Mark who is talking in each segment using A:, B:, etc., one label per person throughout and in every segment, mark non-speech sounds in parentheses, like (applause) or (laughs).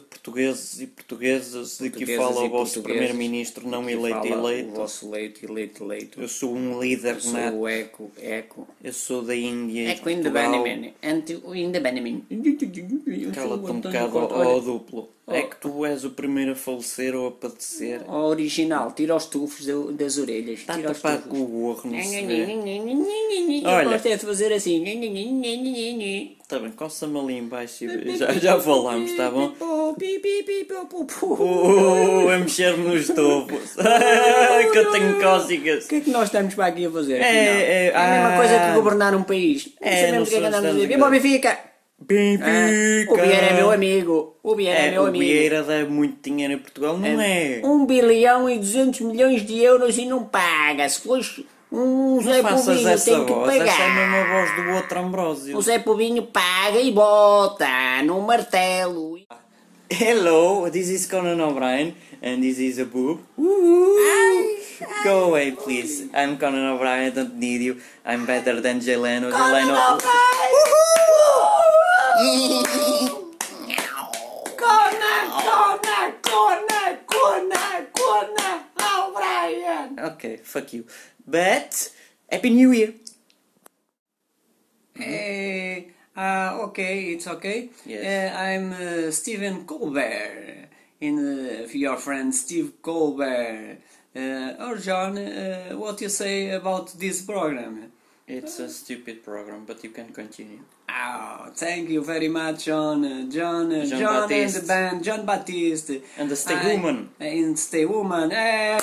A: portugueses e portuguesas de que
B: Portuguesas
A: fala
B: e
A: o vosso
B: portugueses,
A: primeiro-ministro não
B: que
A: eleito
B: fala O
A: eleito.
B: vosso leito, eleito, eleito.
A: Eu sou um líder
B: Eu sou É
A: nato.
B: o eco, eco.
A: Eu sou da Índia e de
B: Eco in the
A: Portugal.
B: Benjamin. Anti in the Benjamin.
A: Cala-te um bocado ao, ao duplo.
B: Oh.
A: É que tu és o primeiro a falecer ou a padecer.
B: Ó original, tira os tufos da- das orelhas.
A: Está
B: tira os
A: Tá tapado com
B: tufos.
A: o gorro, não se vê.
B: Eu
A: Olha.
B: gosto é de fazer assim.
A: Está Tá bem, coça-me ali em baixo e já, já falamos, está tá bom? Uh, a mexer-me nos topos. (laughs) que eu tenho cócegas.
B: O que é que nós estamos para aqui a
A: É,
B: fazer? afinal?
A: é,
B: a mesma
A: ah.
B: coisa que governar um país. Não
A: É, não
B: sabemos o que é que
A: sabemos
B: andamos a dizer.
A: nada.
B: Viva o Benfica!
A: Benfica!
B: Ah, O Vieira é meu amigo. O Vieira é,
A: É,
B: meu
A: o
B: amigo.
A: Vieira dá muito dinheiro a Portugal, não é?
B: 1 bilhão e 200 milhões de euros e não paga. Se fosse um Zé
A: Faças
B: Povinho,
A: essa
B: tem que
A: voz, essa é a
B: pagar.
A: mesma voz do outro Ambrósio.
B: O Zé Povinho paga e bota no martelo.
A: Hello, this is Conan O'Brien, and this is a boob. Go away, please. I'm Conan O'Brien. I don't need you. I'm better than Jay Leno. Jay Leno. Okay, fuck you. But Happy New Year.
B: Hey, uh, okay, it's okay.
A: Mm-hmm. Yes.
B: Uh, I'm uh, Stephen Colbert, in uh, your friend Steve Colbert. Uh, or John, uh, what you say about this program?
A: It's a stupid program, but you can continue.
B: Oh, thank you very much, John. Uh, John, uh,
A: John
B: John,
A: Baptiste.
B: and the band, John Baptiste.
A: And the Stay
B: I-
A: Woman.
B: And Stay Woman. Hey!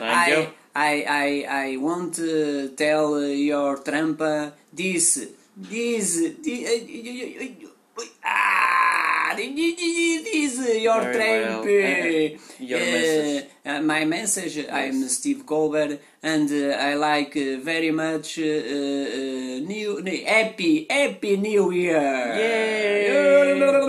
B: I,
A: you.
B: I, I, I won't uh, tell uh, your trampa this. This. uh, this Ah, this uh, your
A: Very well.
B: tramp.
A: Uh, your message.
B: Uh, my message, I'm Steve Colbert, and uh, I like uh, very much uh, uh, new, new happy happy New Year. Oh!
A: Yay!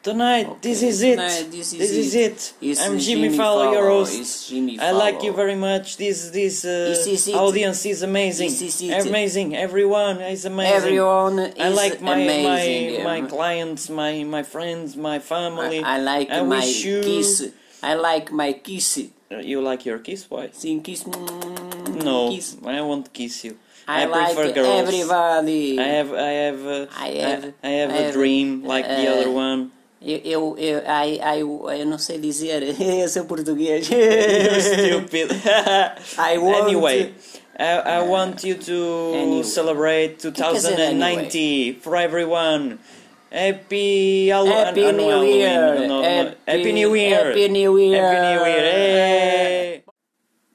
A: Tonight, this is it.
B: Tonight, this is it.
A: it.
B: It's
A: I'm
B: uh,
A: Jimmy, Fallon, your host.
B: It's Jimmy
A: I like you
B: Fallon. E
A: very much. This this uh,
B: This is it.
A: audience is amazing.
B: This is it.
A: Amazing. Everyone is amazing.
B: Everyone is
A: I like my
B: amazing.
A: my my
B: Um,
A: clients, my my friends, my family.
B: I, I like
A: I
B: my
A: wish you...
B: kiss. I like my kiss.
A: You like your kiss? Why?
B: Sim, kiss. mm,
A: No,
B: Kiss.
A: I won't kiss you.
B: I,
A: prefer
B: like
A: girls.
B: everybody.
A: I have I have uh,
B: I have-
A: I, I have
B: I
A: a
B: have,
A: dream like the
B: uh,
A: other
B: (laughs)
A: one.
B: Eu, eu, eu, ai, ai, eu não sei (laughs) dizer. Eu sou português.
A: You're (laughs) stupid.
B: (laughs) I want
A: anyway, I, I want you to
B: anyway.
A: celebrate
B: quer dizer
A: 2090 for everyone. Happy, Hall-
B: Happy
A: uh, no,
B: New
A: Halloween,
B: Year.
A: no, no,
B: Happy-
A: Happy New Year.
B: Happy New Year.
A: Happy New Year. hey.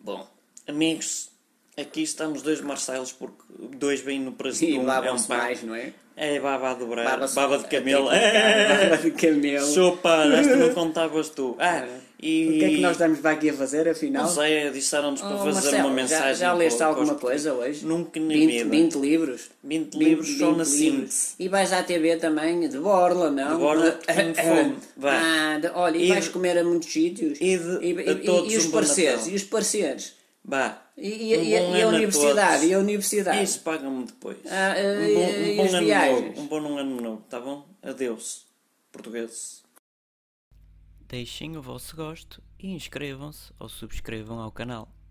A: Bom, amigos, aqui estamos dois Marcelos porque dois bem no preço de um, é um par.
B: não é?
A: É baba a dobrar,
B: E Baba-se-
A: baba de camelo. (laughs) É.
B: Baba de camelo. (laughs)
A: Sopa, esta não contavas tu. Ah, e...
B: Então, O que é que nós estamos para aqui a fazer, afinal?
A: Não sei, disseram-nos para
B: Oh,
A: fazer
B: Marcelo,
A: uma mensagem.
B: Já, já leste
A: para-
B: alguma
A: para os-
B: coisa hoje?
A: Nunca na
B: 20,
A: vida.
B: 20 livros.
A: 20 livros só na síntese.
B: E vais à TV também, de borla, não?
A: De borla, porque tenho fome. Vai.
B: Ah, de- olha, e,
A: E
B: vais
A: de-
B: comer a muitos sítios.
A: e de-
B: e,
A: a
B: e-
A: todos
B: e os
A: um bom
B: parceiros,
A: Natal.
B: e os parceiros.
A: Vá.
B: E, e-
A: Um
B: e-
A: bom
B: e a
A: ano a
B: universidade,
A: todos.
B: e a universidade.
A: Isso paga-me depois.
B: Ah, eh,
A: um bom, um
B: e
A: bom
B: as
A: ano
B: viagens?
A: novo. Um bom ano novo, tá bom? Adeus, portugueses. Deixem o vosso gosto e inscrevam-se ou subscrevam ao canal.